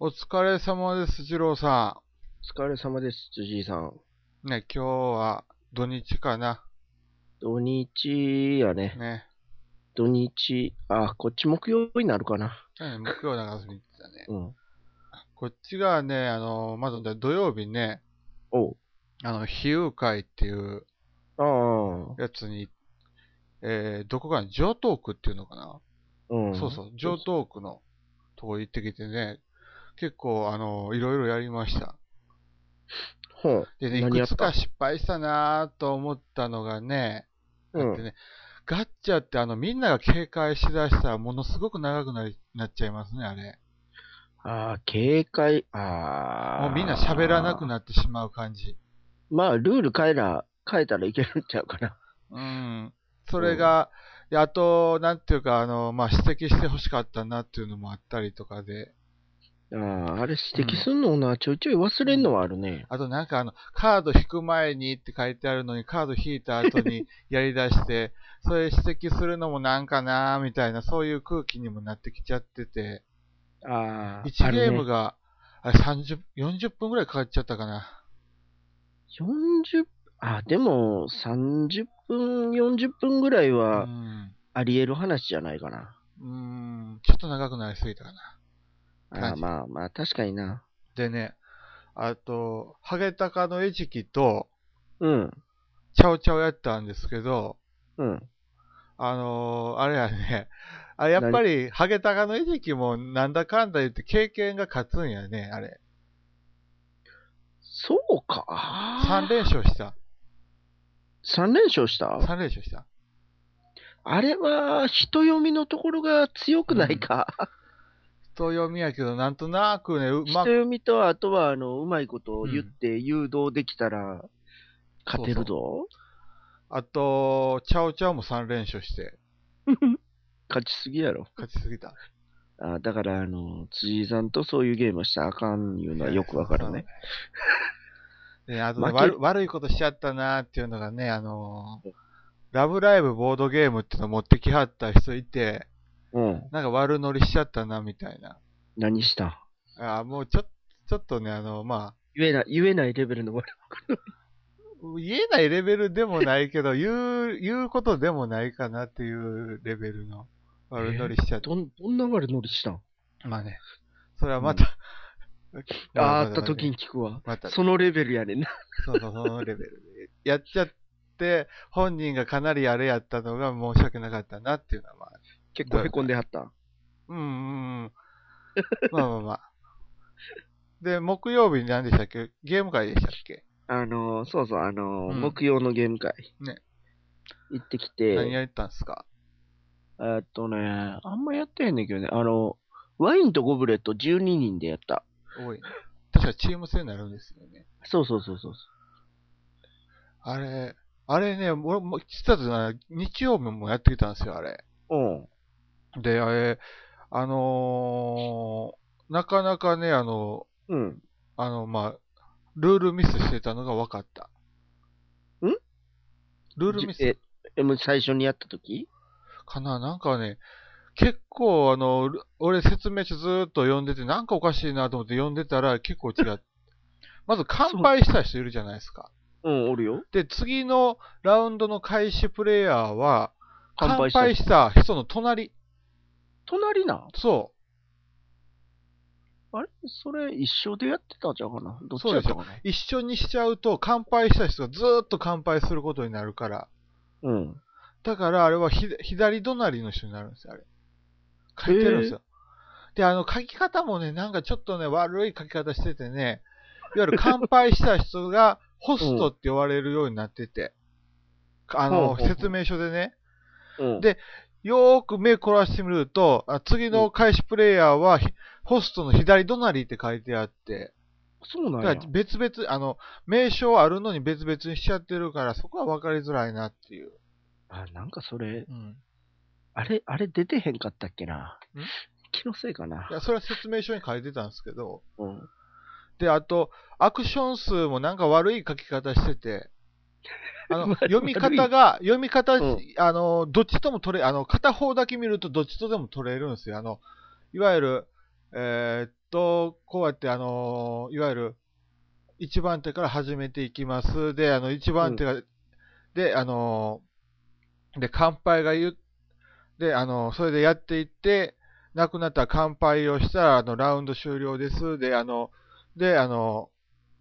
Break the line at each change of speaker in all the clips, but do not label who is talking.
お疲れ様です、次郎さ
お疲れ様です、辻井さん。
ん。ね、今日は土日かな。
土日やね。
ね。
土日、あ、こっち木曜になるかな。
ね木曜長休みって言ってたね。
うん。
こっちがね、あの、まずね土曜日ね、
おう。
あの、比喩会っていう
ああ。
やつに、えー、どこかに上東区っていうのかな、
うん。
そうそう、上東区のとこ行ってきてね、結構、あの、いろいろやりました。
ほう。
でね、い
何や
く
っ
つ
た
か失敗したなぁと思ったのがね、
う
だって
ん。
ね、ガッチャってあの、みんなが警戒しだしたらものすごく長くなりなっちゃいますね、あれ。
ああ、警戒、ああ。
もうみんな喋らなくなってしまう感じ。
まあ、ルール変えら、変えたらいけるんちゃうかな。
うん。それが、であと、なんていうか、あの、まあ、指摘してほしかったなっていうのもあったりとかで、
ああ、あれ指摘すんのな、ちょいちょい忘れんのはあるね。
あとなんかあの、カード引く前にって書いてあるのに、カード引いた後 にやり出して、それ指摘するのもなんかなーみたいな、そういう空気にもなってきちゃってて、
ああ。
1ゲーム
が。
が、あれ30、40分ぐらいかかっちゃったかな。
40、あ、でも、30分、40分ぐらいうは
ん。
あり得る話じゃないかな。
うーん、ちょっと長くなりすぎたかな。
ああ、まあまあ、確かにな。
でね、あと、ハゲタカの餌食と、
うん。
チャオチャオやったんですけど、
うん。
あのーあれやね、あやっぱり、ハゲタカの餌食もなんだかんだ言って経験が勝つんやね、あれ。
そうか。
3連勝した。
三連勝した
3連勝した。
あれは、人読みのところが強くないか。
人読みやけど、なんとなくね、う
人
まく、
読みと、あとは、あの、うまいことを言って誘導できたら、勝てるぞ。
あと、チャオチャオも3連勝して、
勝ちすぎやろ。
勝ちすぎた。
あだから、あの、辻井さんとそういうゲームをしたらあかんいうのはよくわかるね。
で、あとね、
負け
悪悪いことしちゃったなーっていうのがね、あのーラブライブボードゲームっていうの持ってきはった人いて、
うん。
なんか悪乗りしちゃったな、みたいな。
何した
あーもうちょっと、ちょっとね、あの、ま
言えない、言えないレベルの悪
あ、言えないレベルでもないけ ど、言う、言うことでもないかなっていうレベルの悪乗りしちゃった。
どん、どんな悪乗りしたん
まあね、それはまた、
ああ、あった時に。聞くわ。
また、そ
そのレベルやねんな。
うそう、そのレベルで。やっちゃって、本人がかなりあれやったのが申し訳なかったなっていうのは、まあ、
結構凹んではった。
うんうんうん。まあまあまあ。で、木曜日に何でしたっけゲーム会でしたっけ
あのーそうそう、あのー
うん
木曜のゲーム会。
ね
行ってき
何
て、
やったんすか
えーっとね、あんまやってへんねんけどね、あの、ワインとゴブレット12人でやった。
多いな。確かチーム戦になるんですよね。
そうそうそうそう。
あれ、あれね、俺も、実はな日曜日もやってきたんですよ、あれ。
うん。
で、あれ、あのーなかなかね、あの、
うん。
あの、まあ、ルールミスしてたのが分かった。
ん
ルールミス
じえ、えもう最初にやった時
かななんかね、結構あの、ル俺説明書ずーっと読んでて、なんかおかしいなと思って読んでたら結構違う。 まず乾杯した人いるじゃないですか。
うん、おるよ。
で、次のラウンドの開始プレイヤーは、
乾
乾
杯した
杯した人の隣。
隣な。
そ
あれそれ一緒でやってたんちゃうかなどっち
そうで
やっ
す
た
よ
かな
う。一緒にしちゃうと、乾杯した人がずーっと乾杯することになるから。
うん。
だから、あれはひ左隣の人になるんですよ、あれ。書いてるんですよ。で、あの、書き方もね、なんかちょっとね、悪い書き方しててね、いわゆる乾杯した人がホストって呼ばれるようになってて、あ
ほうほ
の
う、ほう
説明書でね、
うん。
でよーく目凝らしてみると、あ次の開始プレイヤーは、ひホストの左隣って書いてあって、
そうなん
だ
や
から。別々、あの、名称あるのに別々にしちゃってるから、そこは分かりづらいなっていう。
あ、なんかそれ、
うん
あれ、あれ出てへんかったっけな。
ん。
気のせいかない
や、それは説明書に書いてたんですけど、
うん。
で、あと、アクション数もなんか悪い書き方してて、あの、
悪い
読み方が、読み方、
うん
あの、どっちとも取れ、あの、片方だけ見るとどっちとでも取れるんですよ。あの、いわゆる、えーっと、こうやって、あのーいわゆる、一番手から始めていきます。で、あの、一番手が、で、あのーで、乾杯が言う、で、あのーそれでやっていって、亡くなったら乾杯をしたら、あの、ラウンド終了です。で、あの、で、あの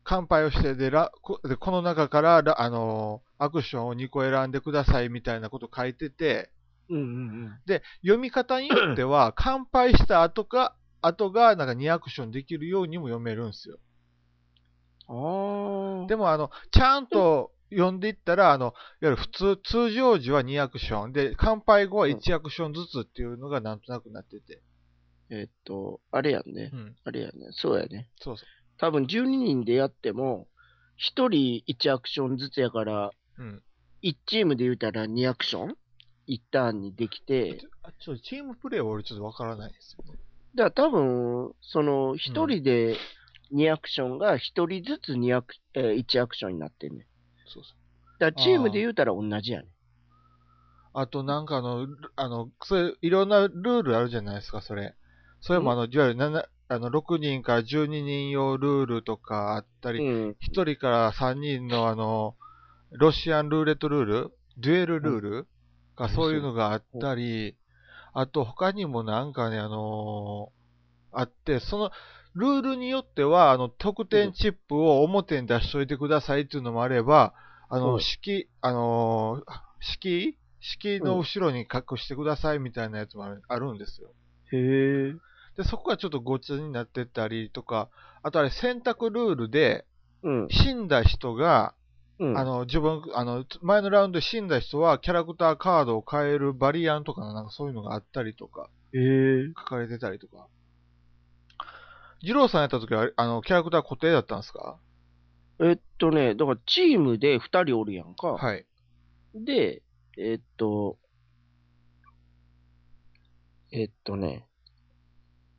乾杯をして、で、ラこでこの中からラ、あのーアクションを2個選んでくださいみたいなこと書いてて、
うんうん
で、読み方によっては、乾杯した後か、後が、なんか2アクションできるようにも読めるんですよ。
うん。ああ。
でも、あの、ちゃんと読んでいったら、あの、いわゆる普通、通常時は2アクションで、乾杯後は1アクションずつっていうのがなんとなくなってて。
えっと、あれやんね
う。ん。
あれやね。そうやね。
そうそ
多分12人でやっても、1人1アクションずつやから、
う。うん。
1チームで言うたら2アクション ?1 ターンにできて、
あちょっとチームプレイは俺ちょっとわからないですよね。
だから多分、その、1人で2アクションが1人ずつ2アク、えー、1アクションになってんねん。
そうそう。
だからチームで言うたら同じやねん。
あと、なんかあの、ルあの、それ、いろんなルールあるじゃないですか、それ。それもあの、いわゆる7、あの、6人から12人用ルールとかあったり、
うん。
1人から3人のあの、ロシアンルーレットルールデュエルルールがそういうのがあったり、あと他にもなんかね、あのーあって、その、ルールによっては、あの、得点チップを表に出しといてくださいっていうのもあれば、あ
う
の、
ん
式、あのー式式の後ろに隠してくださいみたいなやつもあるあるんですよ。
へえ。
で、そこがちょっとごっちゃになってたりとか、あとあれ選択ルールで、
うん。
死んだ人が、
うん。
あの、自分、あの、前のラウンドで死んだ人は、キャラクターカードを変えるバリアンとかの、なんかそういうのがあったりとか、
へえ。
書かれてたりとか。二郎さんやった時は、あの、キャラクター固定だったんですか
えっとね、だからチームで2人おるやんか。
はい。
で、えっと、えっとね、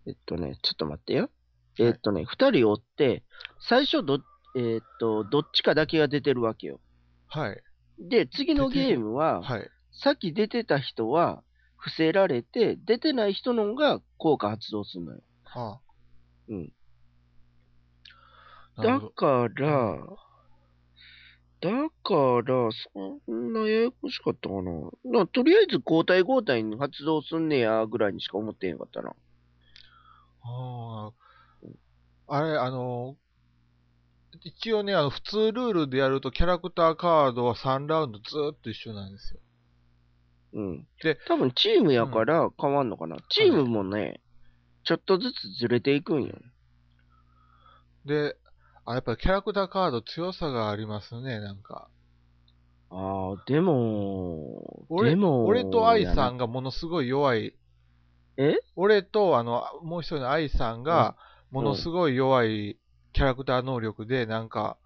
えっとね、ちょっと待ってよ。えっとね、2人おって、最初ど、えっと、どっちかだけが出てるわけよ。
はい。
で、次のゲームは、
はい。
さっき出てた人は伏せられて、出てない人のが効果発動するのよ。
は
うん。
あ。なる
だ
ほど。
から、だから、そんなややこしかったかな。なとりあえず交代交代に発動すんねや、ぐらいにしか思ってへんかったな。
ああ。あれ、あの、一応ね、あの、普通ルールでやると、キャラクターカードは3ラウンドずーっと一緒なんですよ。
うん。
で
多分チームやから変わんのかな。チームもね、ちょっとずつずれていくんよ。
で、あ、やっぱりキャラクターカード強さがありますね、なんか。
ああ、でも、
俺
でも、
俺と愛さ
ん。
んがものすごい弱い。
え
俺と、あの、もう一人の愛さんが、ものすごい弱いキャラクター能力で、なんか、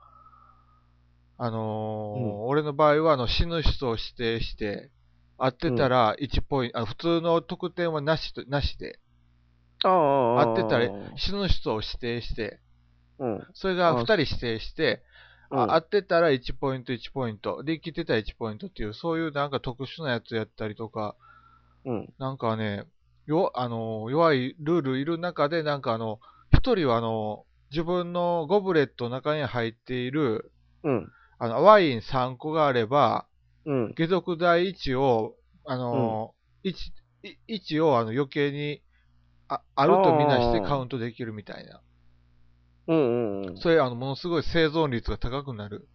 あのー
うん
俺の場合は、あの、死ぬ人を指定して、会ってたら1ポイント、あ普通の得点はなしと、なしで、
ああ、
会ってたら
うん。
死ぬ人を指定して、
うん。
それが
あ
2人指定して、あ合ってたら1ポイント、1ポイント。で、生きてたら1ポイントっていう、そういうなんか特殊なやつやったりとか、
うん。
なんかね、よあの弱いルールいる中で、なんかあの、一人はあの、自分のゴブレットの中に入っている、
うん。
あの、ワイン3個があれば、
うん。
下属第1を、あの、一一1をあの余計に、あ、あるとみなしてカウントできるみたいな。
うん。うん。
そういう、あの、ものすごい生存率が高くなる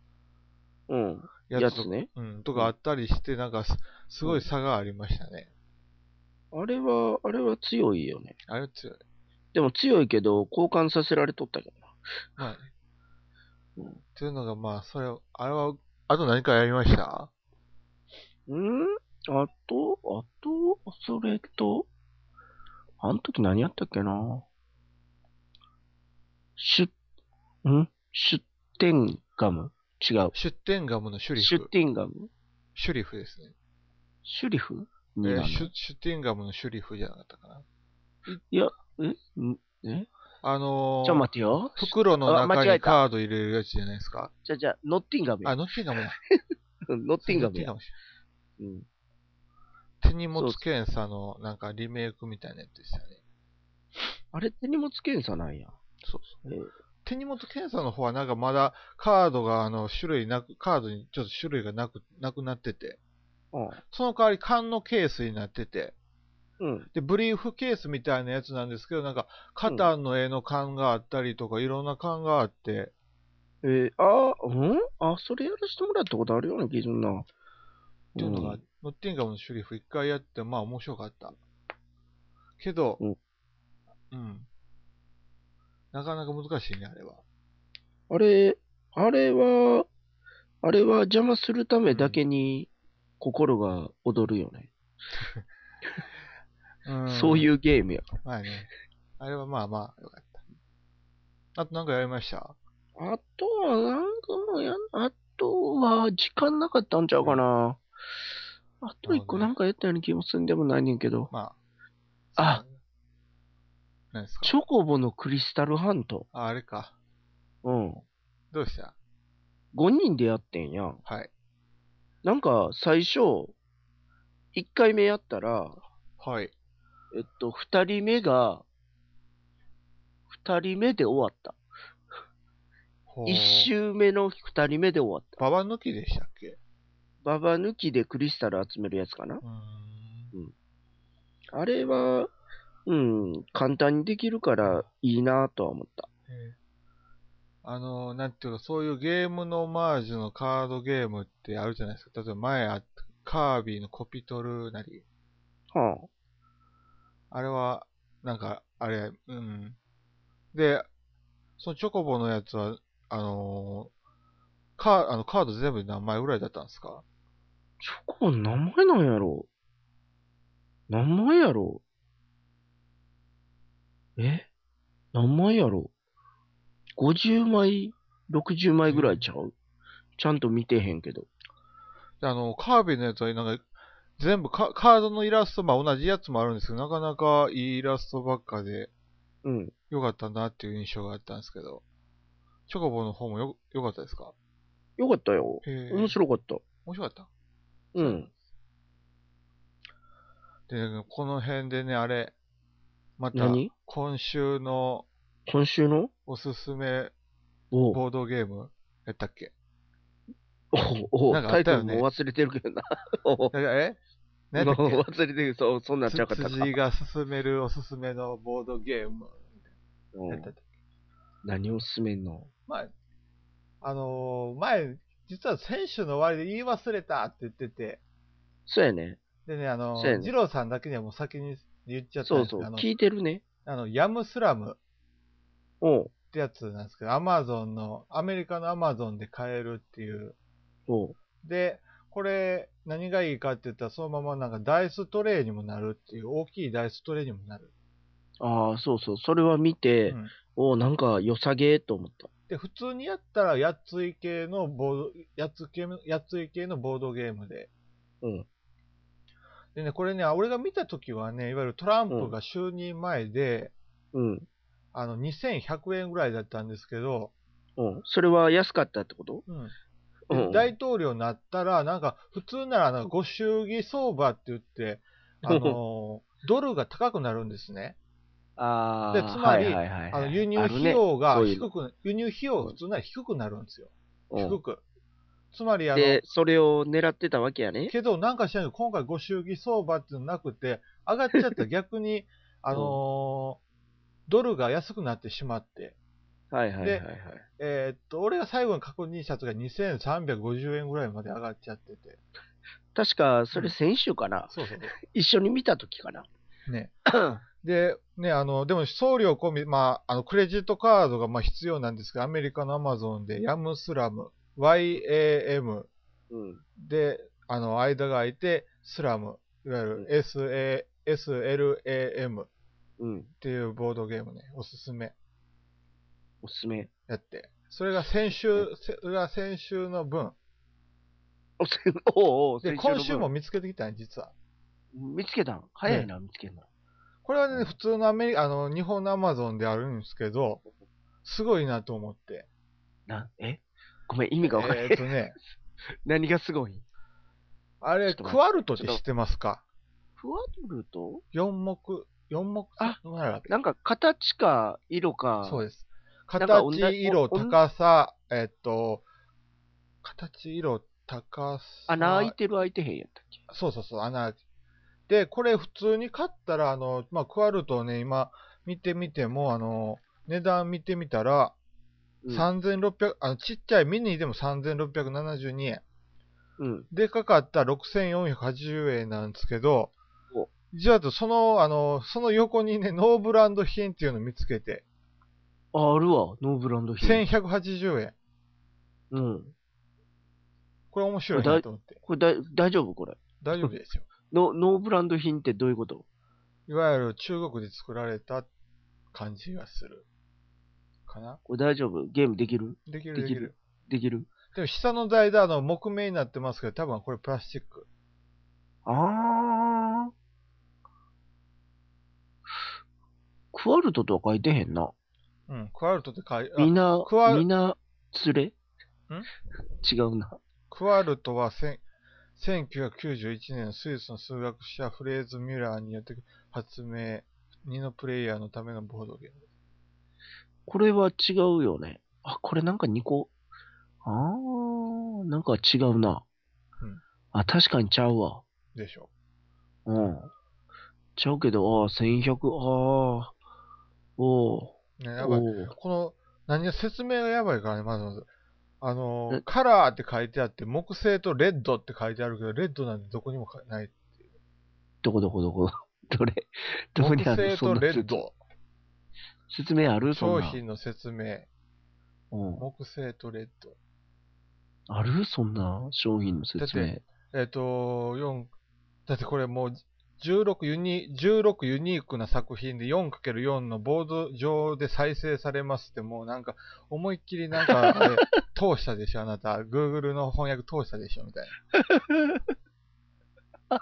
うん。
や
や
つ
つ
とか
ね。
うん、とかあったりして、なんかす、すごい差がありましたね。
あれは、あれは強いよね。
あれ強い。
でも強いけど、交換させられとったけどな。
まあ、
うん
っていうのが、まあ、それを、あれは、あと何かやりました
うんあと、あと、それと、あの時何やったっけな出、ん出店ガム違う。
出店ガムのシュリ
出
フ。
店ガム
シュリフですね。
シュリフ
え
に
ー
なる
シュ出店ガムのシュリフじゃなかったかな。
のえんえ
あの
ち
ー、
ょ、待てよ。
袋の
あ
中
間違
に
えた
カード入れるやつじゃないですか。
じゃじゃ、ノッティンガムや。
あ、ノッティンガムだ。
ノッティンガムや。
ノッティ
うん
ンガム手荷物検査のなんかリメイクみたいなやつでしたね。
あれって荷物検査なんや。
そうそう
ええ
手荷物検査の方はなんかまだカードがあの種類なく、カードにちょっと種類がなく、なくなってて、
あ
その代わり缶のケースになってて、
うん。
で、ブリーフケースみたいなやつなんですけど、なんか、カタンの絵の缶があったりとか、いろんな缶があって、
えー、あー、うんあ、それやらせてもらったことあるような気するな。
っていうのが
ん、
ノッティンガムのシュリフ一回やって、まあ面白かった。けど、
うん
うんなかなか難しいね、あれは。。
あれ、あれは、あれは邪魔するためだけに心が踊るよね。そういううゲームやか
まあね。あれはまあまあ、よかった。あとなんかやりました
ら。あとは、なんかもうやん、あとは、時間なかったんちゃうかな。あと一個
まあね
なんかやったような気もすんでもないねんけど。
まあ。
あ、
何ですか
チョコボのクリスタルハント。
あ、あれか。
うん。
どうした
5人でやってんやん。
はい。
なんか、最初、1回目やったら、
はい。
えっと、2人目が、2人目で終わった。
ほう
1周目の2人目で終わった。
ババ抜きでしたっけ
ババ抜きでクリスタル集めるやつかな
うーん。
あれは、うん、簡単にできるからいいなとは思った。
えーあの、なんていうか、そういうゲームのオマージュのカードゲームってあるじゃないですか。例えば前あった、カービィのコピトルなり。
はあ、
あれは、なんか、あれ、うん。で、そのチョコボのやつは、あのーカーあのカード全部で何枚ぐらいだったんですか
チョコ名前なんやろ何枚やろえ何枚やろ ?50 枚、60枚ぐらいちゃうちゃんと見てへんけど。
であの、カービィのやつは、なんか、全部カカードのイラスト、まあ同じやつもあるんですけど、なかなかいいイラストばっかで、
うん。
良かったなっていう印象があったんですけど、チョコボの方もよ、良かったですか
よかったよ。
へー
面白かった。
面白かった
うん。
で、この辺でね、あれ、また、
何
今週の
今週の
おすすめ
おう
ボードゲームやったっけ
おう
なんか
タ
あっ
イ
たよ
トル
ね
もう忘れてるけどな。 おう
だから え何やったっけ
忘れてるけど、そうそんなんちゃうかったか。
辻井が勧めるおすすめのボードゲーム
うん
やったっけ
何をすめんの
まあ、あのー前、実は選手の終わりで言い忘れたって言ってて、
そうやね。
でね、あの
そうや
ー、
ね
二郎さんだけにはもう先に言っちゃったん
そ
で
う
すけ
そう
ど、あ。の
聞いてるね。
あの、ヤムスラム
おう
ってやつなんですけど、アマゾンの、アメリカのアマゾンで買えるっていう。
おう
で、これ、何がいいかって言ったら、そのままなんかダイストレイにもなるっていう、大きいダイストレイにもなる。
ああ、そうそう。それは見て、
うん
おおなんか良さげーと思った。
で、普通にやったら、やっつい系のボード、やっつ系の、やっつい系のボードゲームで。
うん。
でね、これね、俺が見た時はね、いわゆるトランプが就任前で、
うん。
あの、2100円ぐらいだったんですけど、
うん。それは安かったってこと
うん。
う
で
ん。
大統領になったら、なんか、普通なら、なんか、ご祝儀相場って言って、あの ードルが高くなるんですね。
ああ、
でつまり
はいはいはいはい
あの、輸入
ある
費
ね
用が
そういう
低
の
く、輸入費用が普通なら低くなるんですよ。
うん
低く。つまり、あの、
で、それを狙ってたわけやね。
けど、なんか知らないけど今回ご祝儀相場っていうのなくて、上がっちゃったら逆に、あのードルが安くなってしまって、
はいはいはいはい。
えーっと、俺が最後に確認したやつが2350円ぐらいまで上がっちゃってて。
確か、それ先週かな、
そうそう
一緒に見た時か な。
ね。で、ね、あの、でも送料込み、まあ、あの、クレジットカードがまあ必要なんですけど、アメリカのアマゾンで、ヤムスラム、YAM
うん。
で、あの、間が空いて、スラム、いわゆる SA、SLAM っ
うん。
ていうボードゲームね、おすすめ
おすすめ。
やって。それが先週、せそれが先週の分。
おすおうおう
で、
先の分
今週も見つけてきたね、実は。
見つけたん早いな、見つけるの。
これはね、普通のアメリカ、あの、日本のアマゾンであるんですけど、すごいなと思って。
な、えごめん、意味がわからない。
えーっとね、
何がすごい
あ
ちょ
れ、
っと待っ
ク
て
ワルトって知ってますか
ふわとると
四目、 4目、
あ
どうなるわけ
なんか形か色か。
そうです。
なんか
形
同じ、
色、
おん
高さ、えっと、形、色、高さ。
穴開いてる開いてへんやったっけ。
そうそうそう、穴開き。で、これ普通に買ったら、あの、まあ、クアルトをね、今見てみても、あの、値段見てみたら、
うん
3600、あの、ちっちゃいミニでも3672円。
うん。
でかかった6480円なんですけど
お、
じゃあと、その、あの、その横にね、ノーブランド品っていうのを見つけて、
あ、あるわ。ノーブランド品。
1180円。
うん。
これ面白いなと思って。
これだ大丈夫これ
大丈夫ですよ。
の。ノーブランド品ってどういうこと
いわゆる中国で作られた感じがする。かな
これ大丈夫ゲームできる
できる
で
でき
き
る
る。できる
でも下の台であの木目になってますけど、多分これプラスチック。
あー。クアルトとは書いてへんな。
うん、クアルトって書い
み
あ
んな
クア、ル
みんな、連れ違うな。
クアルトはせん1991年スイスの数学者フレーズ・ミュラーによって発明、2のプレイヤーのためのボードゲーム。
これは違うよね。あ、これなんか2個。あー、なんか違うな。
うん
あ、確かにちゃうわ。
でしょ。
うん。ちゃうけど、あー、1100、あー。おー。
ね、やばい。
おー
この、何が説明がやばいからね、まずまず。あのー
え
カラーって書いてあって、木製とレッドって書いてあるけど、レッドなんてどこにもかない。
どこどこどこ どれどこ
木
にある
製
そ
と
んな
レ
説
ッド。
説明あるそ
商
んな。
品の説明。
うん、
木製とレッド。
あるそんな商品の説
だっ
明。
えっ、と、四だってこれもう16ユニ、16ユニークな作品で 4×4 のボード上で再生されますって、もうなんか、思いっきりなんか、あれ通したでしょ、あなた。Google の翻訳通したでしょ、みたいな。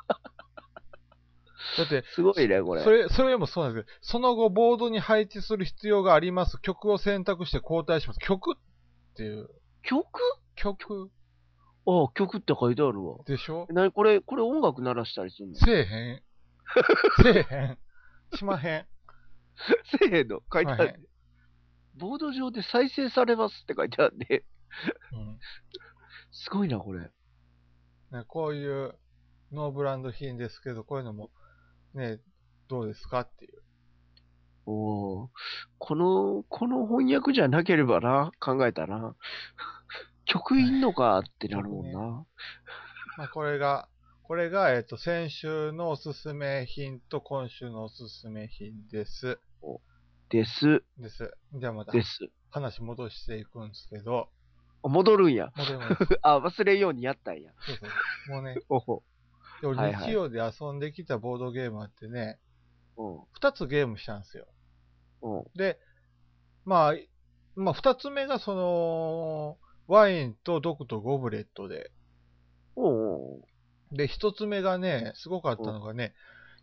だって、
すごいね、これ。
それ、それもそうなんですけど、その後ボードに配置する必要があります。曲を選択して交代します。曲っていう、
曲
曲
ああ、曲って書いてあるわ。
でしょ
なにこれ、これ音楽鳴らしたりすんのせ
せえへん。せえへん。しま へん。
えの書いてある、
はい
ボード上で再生されますって書いてあるね。
うん
すごいな、これ。
ね、こういうノーブランド品ですけど、こういうのも、ね、どうですかっていう。
おおこの、この翻訳じゃなければな、考えたら。 曲いんのかってなるもんな。
まあ、これが、これが、えっと、先週のおすすめ品と今週のおすすめ品です。
です、
です。じゃあまた
です。
話戻していくんですけど、
あ戻るんや。
戻り ます。そう
あ、忘れんようにやったんや。
そうもうね、
おほ。
でも
はいはい
日曜で遊んできたボードゲームあってね、
うん。
2つゲームしたんですよ。
うん。
で、まあ、まあ、2つ目がその、ワインと毒とゴブレットで、
おう
で、一つ目がね、すごかったのがね、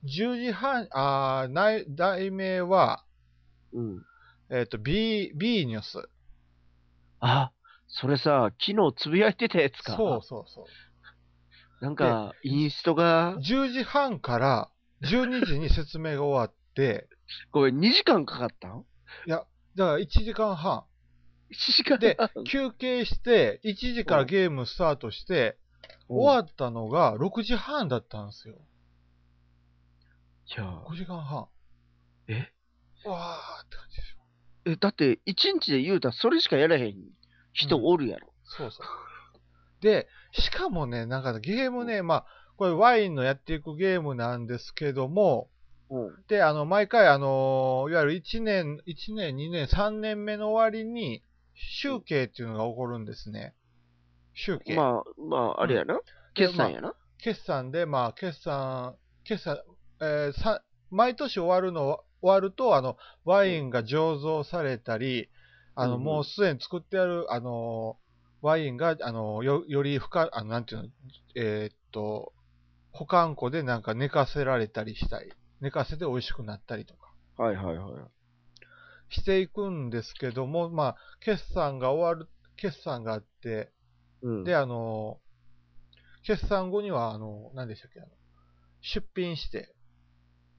10時半、あーない題名は、
おううん。
えっ、と、B、B ニュース。
あ、それさ、昨日つぶやいてたやつか。。
そうそうそう
なんか、インストが
う。、10時半から12時に説明が終わって、
ごめん、2時間かかったん
だから1時間半。
?1 時間
で
半、
休憩して、1時からゲームスタートして、終わったのが6時半だったんですよ。
いや、
5時間半。
え
わーって感じでしょ。
え、だって、1日で言うたらそれしかやれへん人おるやろ。
そうそう。で、しかもね、なんかゲームね、まあ、これワインのやっていくゲームなんですけども、
うん。
で、あの、毎回、あの、いわゆる1年、1年、2年、3年目の終わりに、集計っていうのが起こるんですね。集計。
まあ、まあ、あれやな。決算やな。
決算で、まあ、決算、決算、えーさ毎年終わるの、終わると、あの、ワインが醸造されたり、あの、
うん
もうすでに作ってある、あの、ワインが、あの、よ、より深、あの、なんていうの、えーっと、保管庫でなんか寝かせられたりしたり、寝かせて美味しくなったりとか
はいはいはい。
していくんですけども、まあ、決算が終わる、決算があって、
うん。
で、あの、決算後には、あの、何でしたっけ、あの出品して、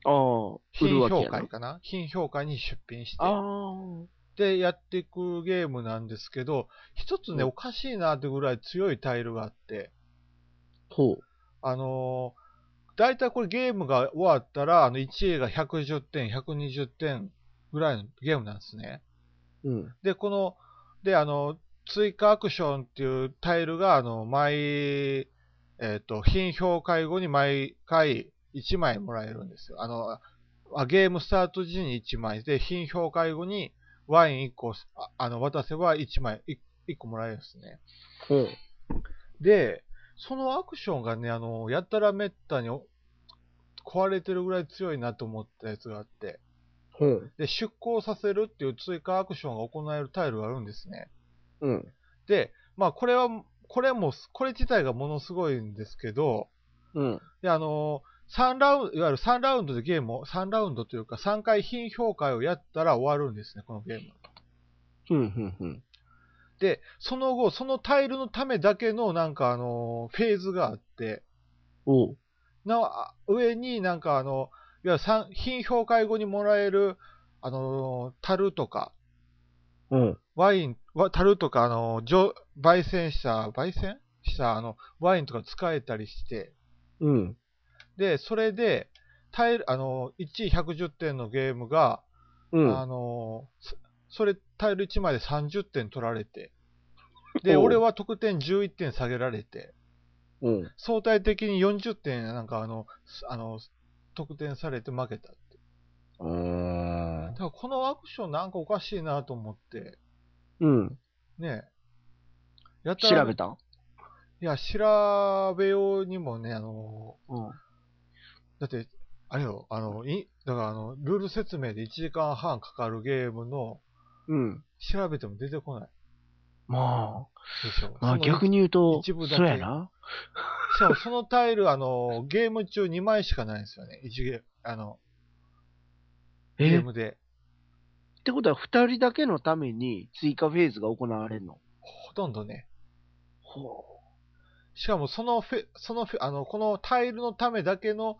ああ、売
品
るわけ
評
やな
会。かな品評会に出品して、
ああ。
で、やっていくゲームなんですけど、一つね、
うん
おかしいなってぐらい強いタイルがあって、
ほう。
あのー、だいたいこれゲームが終わったら、あの、1位が110点、120点ぐらいのゲームなんですね。
うん。
で、この、で、あの、追加アクションっていうタイルが、あの、毎、えっ、と、品評会後に毎回1枚もらえるんですよ。あの、あゲームスタート時に1枚で、品評会後にワイン1個、ああの、渡せば1枚、1, 個もらえるんですね。
ほう。
で、そのアクションがね、あの、やたらめったにお壊れてるぐらい強いなと思ったやつがあって、
ほう。
で、出航させるっていう追加アクションが行えるタイルがあるんですね。
うん。
で、まあ、これは、これも、これ自体がものすごいんですけど、
うん。
で、あのー、3ラウンド、いわゆる3ラウンドでゲームを、3ラウンドというか、3回品評会をやったら終わるんですね、このゲーム。
ふんふんふん。
で、その後、そのタイルのためだけの、なんか、あのー、フェーズがあって、
おう。
なあ上になんか、あの、いわゆる三品評会後にもらえる、あのー、樽とか、
うん。
ワイン、わ樽とか、あのー、醸焙煎した、焙煎した、あの、ワインとか使えたりして、
うん。
で、それで、タイル、あの、1位110点のゲームが、
うん。
あの、そそれ、タイル1枚で30点取られて、で、
おう
俺は得点11点下げられて、
うん。
相対的に40点、なんかあの、すあの、得点されて負けたって。
あ
だからこのアクションなんかおかしいなと思って、
ーうん。
ねやったら
調べた
いや、調べようにもね、あの、
うん。
だって、あれよ、あの、い、だからあの、ルール説明で1時間半かかるゲームの、
うん。
調べても出てこない
ま
でしょ。
あ、ま
そ
あ
の
逆に言うと、
一部だけ
そうやな。
しかもそのタイル、あの、ゲーム中2枚しかないんですよね。一ゲあの、ゲ
え
ー、ムで。
ってことは二人だけのために追加フェーズが行われるの。
ほとんどね。
ほ
しかもそのフェ、そのフェ、あの、このタイルのためだけの、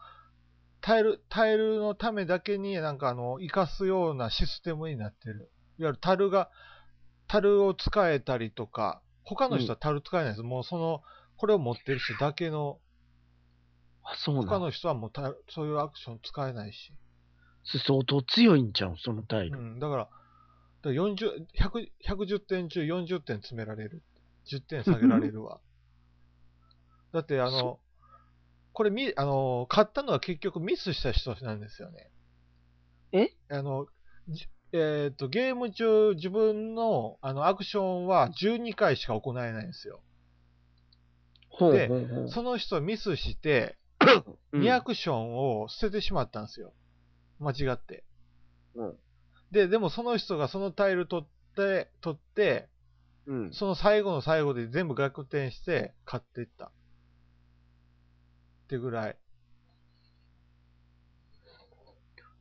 タイル、タイルのためだけになんかあの、活かすようなシステムになってる。いわゆる樽が、樽を使えたりとか、他の人は樽使えないです。もうその、これを持ってる人だけの、
あ、そうな
他
の。
の人はもう樽そういうアクション使えないし。
それ相当強いんじゃん、そのタイ
う
ル。
ん、だから、だから40 100 110点中40点詰められる。10点下げられる わ。だって、あの
そ、
これみ、あの、買ったのは結局ミスした人なんですよね。
え
あの、じえっ、と、ゲーム中自分のあのアクションは12回しか行えないんですよ。
ほ
で
ほうほう
その人ミスして、
うん
2アクションを捨ててしまったんですよ。間違って。
うん
で、でもその人がそのタイル取って、取って、
うん。
その最後の最後で全部逆転して買っていった。ってぐらい。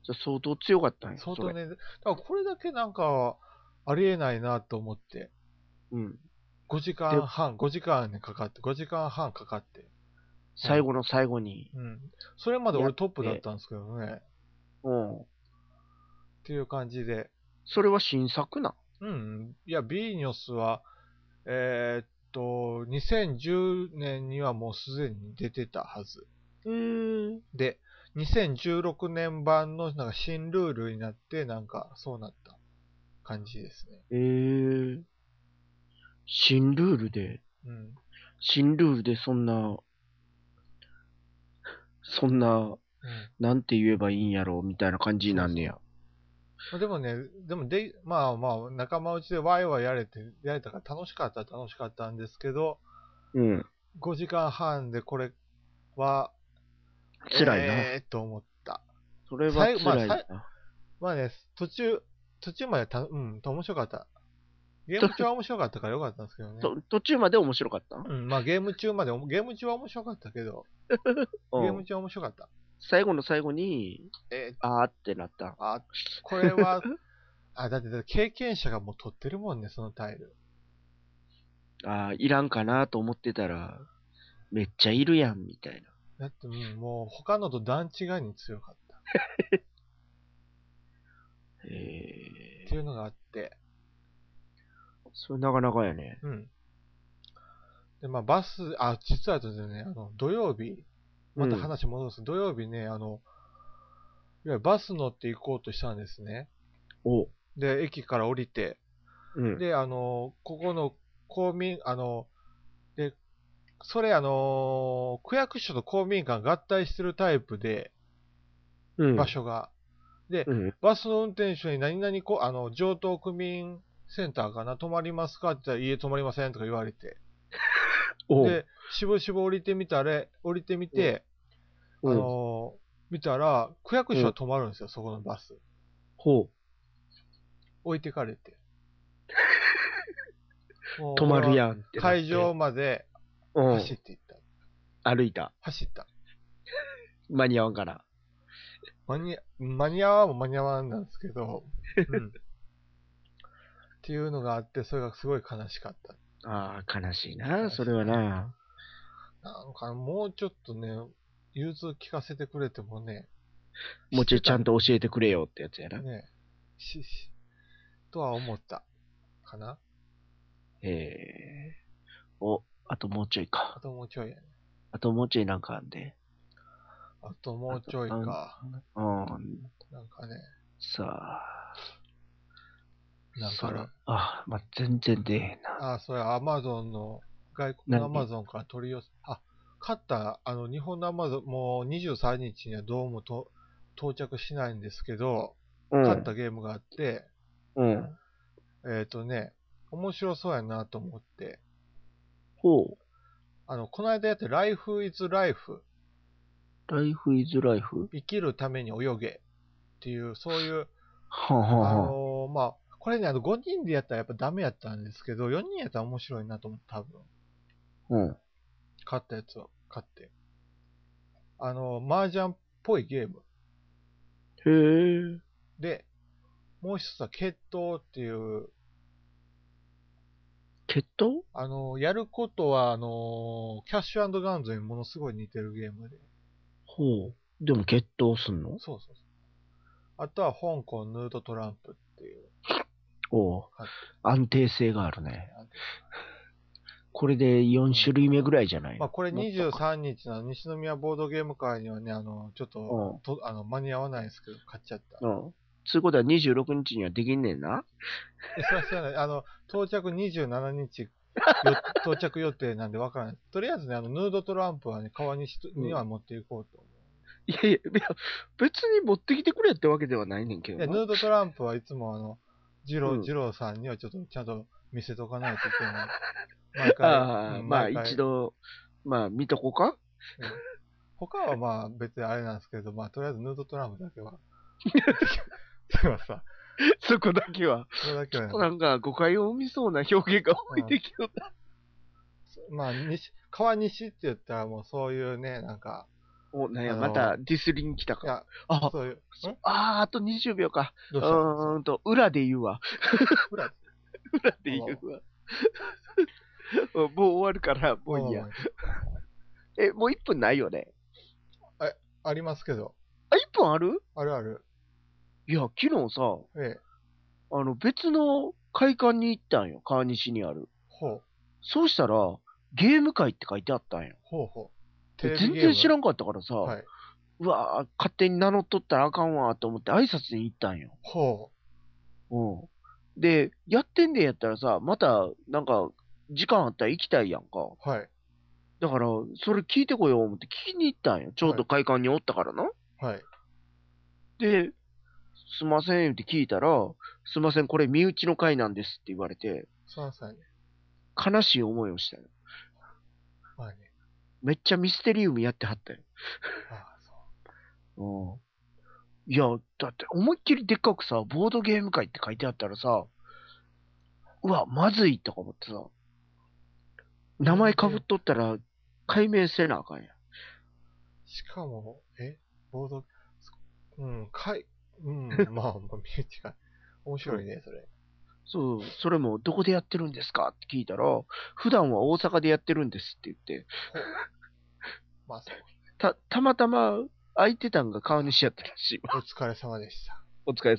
じゃあ相当強かったんや。
相
そ
当
れ。
ね、だからこれだけなんか、ありえないなと思って。
うん。
5時間半、5時間ねかかって、5時間半かかって。
最後の最後に。
うん。それまで俺
や
トップだったんですけどね。
うん。
っていう感じで。
それは新作なん。
うん、いや、ビーニョスは、えーっと、2010年にはもうすでに出てたはず。
うん。
で、2016年版のなんか新ルールになって、なんかそうなった感じですね。
えー。新ルールで、
うん。
新ルールでそんな、そんな、なんて言えばいいんやろ、みたいな感じになんねや。
まあ、でもね、でもで、まあまあ、仲間内でワイワイやれて、やれたから楽しかったら楽しかったんですけど、
うん。
5時間半でこれは、
辛いな。
えーっと思った。
それは
最後まあ
辛いな。
まあね、途中、途中までた、うん、と面白かった。ゲーム中は面白かったから良かったんですけどね。
と途中まで面白かった、
うん、まあゲーム中まで、ゲーム中は面白かったけど、ゲー
う
ム
ん
中は面白かった。
最後の最後に、
えー
あーってなった。
あ、これ は、あ、だって、だって経験者がもう取ってるもんね、そのタイル。
あーいらんかなと思ってたら、めっちゃいるやん、みたいな。
だって、うんもう他のと段違いに強かった。
え
っていうのがあって、
ー、それなかなかやね。
うん。で、まあ、バス、あ、実はですね、あの、土曜日、また
うん
話戻す、土曜日ね、あの、いわゆるバス乗って行こうとしたんですね。
お
で、駅から降りて、
うん。
で、あの、ここの公民、あの、で、それ、あの、区役所と公民館合体してるタイプで、
うん、
場。所が。で、
うん。
バスの運転手に何々こ、あの、上等区民センターかな、泊まりますかって言ったら、いいえ、泊まりませんとか言われて。
お
で、しぶしぶ降りてみたら、降りてみて、あ
うん
の見たら、区役所は止まるんですよ、そこのバス。
ほ
置いてかれて。 も
う
う
止まるやんってなって。
会場まで
うん。
走っていった。
歩いた。
走った。
間に合わんから。
間に間に合わんも間に合わんなんですけど、うん、っていうのがあって、それがすごい悲しかった。
ああ、悲しいな、それはな。
なんかもうちょっとね、融通聞かせてくれてもね、
もうちょいちゃんと教えてくれよってやつやな。
ね、し、し、とは思った。かな
えー、お、あともうちょい
あ
か。
ともうちょいやね。
あともうちょいなんかあんで。
あともうちょいか。
うん。
なんかね、
さあ。
なん
そ
からね、
あ、まあ、全然出えへんな。
あ、それアマゾンの、外国のア
何
マゾンから取り寄せ、あ、買った、あの、日本のアマゾン、もう23日にはどうもと到着しないんですけど、
う
買ったゲームがあって、
うん。
えっ、とね、面白そうやなと思って、
ほ
あの、この間やった Life is Life、
う。ライフイズライフ
生きるために泳げっていう、そういう、
はあ、は
あ
あはあ、
のーまあ、これね、あの、5人でやったらやっぱダメやったんですけど、4人やったら面白いなと思って、多分。
うん。
買ったやつを買って。あの、麻雀っぽいゲーム。
へえ。
で、もう一つは決闘っていう、
決闘
あの、やることは、あの、キャッシュガンズにものすごい似てるゲームで。
ほう。でも決闘すんの
そうそうそう。あとは、香港ヌードトランプっていう。
おう
はい。
安定性があるね。これで4種類目ぐらいじゃない
まあ、これ
もっとか
23日の西宮ボードゲーム会にはね、あの、ちょっと、とあの間に合わないですけど、買っちゃった。
うん。そういうことは26日にはできんねんな。
えそれは知らない。あの、到着27日、よ 到着予定なんでわからない。とりあえずね、あの、ヌードトランプはね、川にしと
うん
には持っていこうと思
いやいや、いや別に持ってきてくれってわけではないねんけ
う。
ど
で、ヌ
な。
ードトランプはいつもあの、ジロ
う
ー、
ん
ジローさんにはちょっとちゃんと見せとかないといけない。 毎
ああ、
うん
まあ
毎回
一度、まあ見とこうか。
他はまあ別にあれなんですけど、まあとりあえずヌードトランプだけ は。それはさ、
そこだけは。
それだけはね、
なんか誤解を生みそうな表現が多いできるな。
まあ西、川西って言ったらもうそういうね、なんか、
お、なん
あ
や、
の
またディスリン来た
い
か。
や、
あ、
そういう、ん
あー、あと20秒か。
ど
う
うした
ーんと、裏で言うわ。
裏で
裏で言うわ。もう終わるから、もういいや。。え、もう1分ないよね。
ありますけど、
あ、1分ある
あるある。
いや、昨日さ、
ええ、
あの、別の会館に行ったんよ。川西にある。
ほう、
そうしたら、ゲーム会って書いてあったんよ。
ほうほう。
で全然知ら
ん。
んかったからさ、
はいう
わー勝手に名乗っとったらあかんわーと思って挨拶に行ったんよ。
ほ
うん。で、やってんねんやったらさ、また、なんか、時間あったら行きたいやんか。
う、はい、
だから、それ聞いてこよう思って聞きに行ったんよ。ちょうど会館におったからな。
はい。
で、すんませんって聞いたら、すんません、これ身内の会なんですって言われて、
3歳ね。
悲しい思いをしたよ。
まあね。
めっちゃミステリウムやってはったよ。
ああ、そう。
うん。いや、だって思いっきりでっかくさ、ボードゲーム会って書いてあったらさ、うわ、まずいとか思ってさ、名前かぶっとったら解明せなあかんやん。
しかも、えボード、うん、かい、うん、まあ、まあ、身内が。面白いね、それ。
そう、それもどこでやってるんですかって聞いたら、普段は大阪でやってるんですって言って、
まあ、そう。
た、たまたま
空いてたんが川西やったらしいわ。
お疲れ様でした。
お疲れ様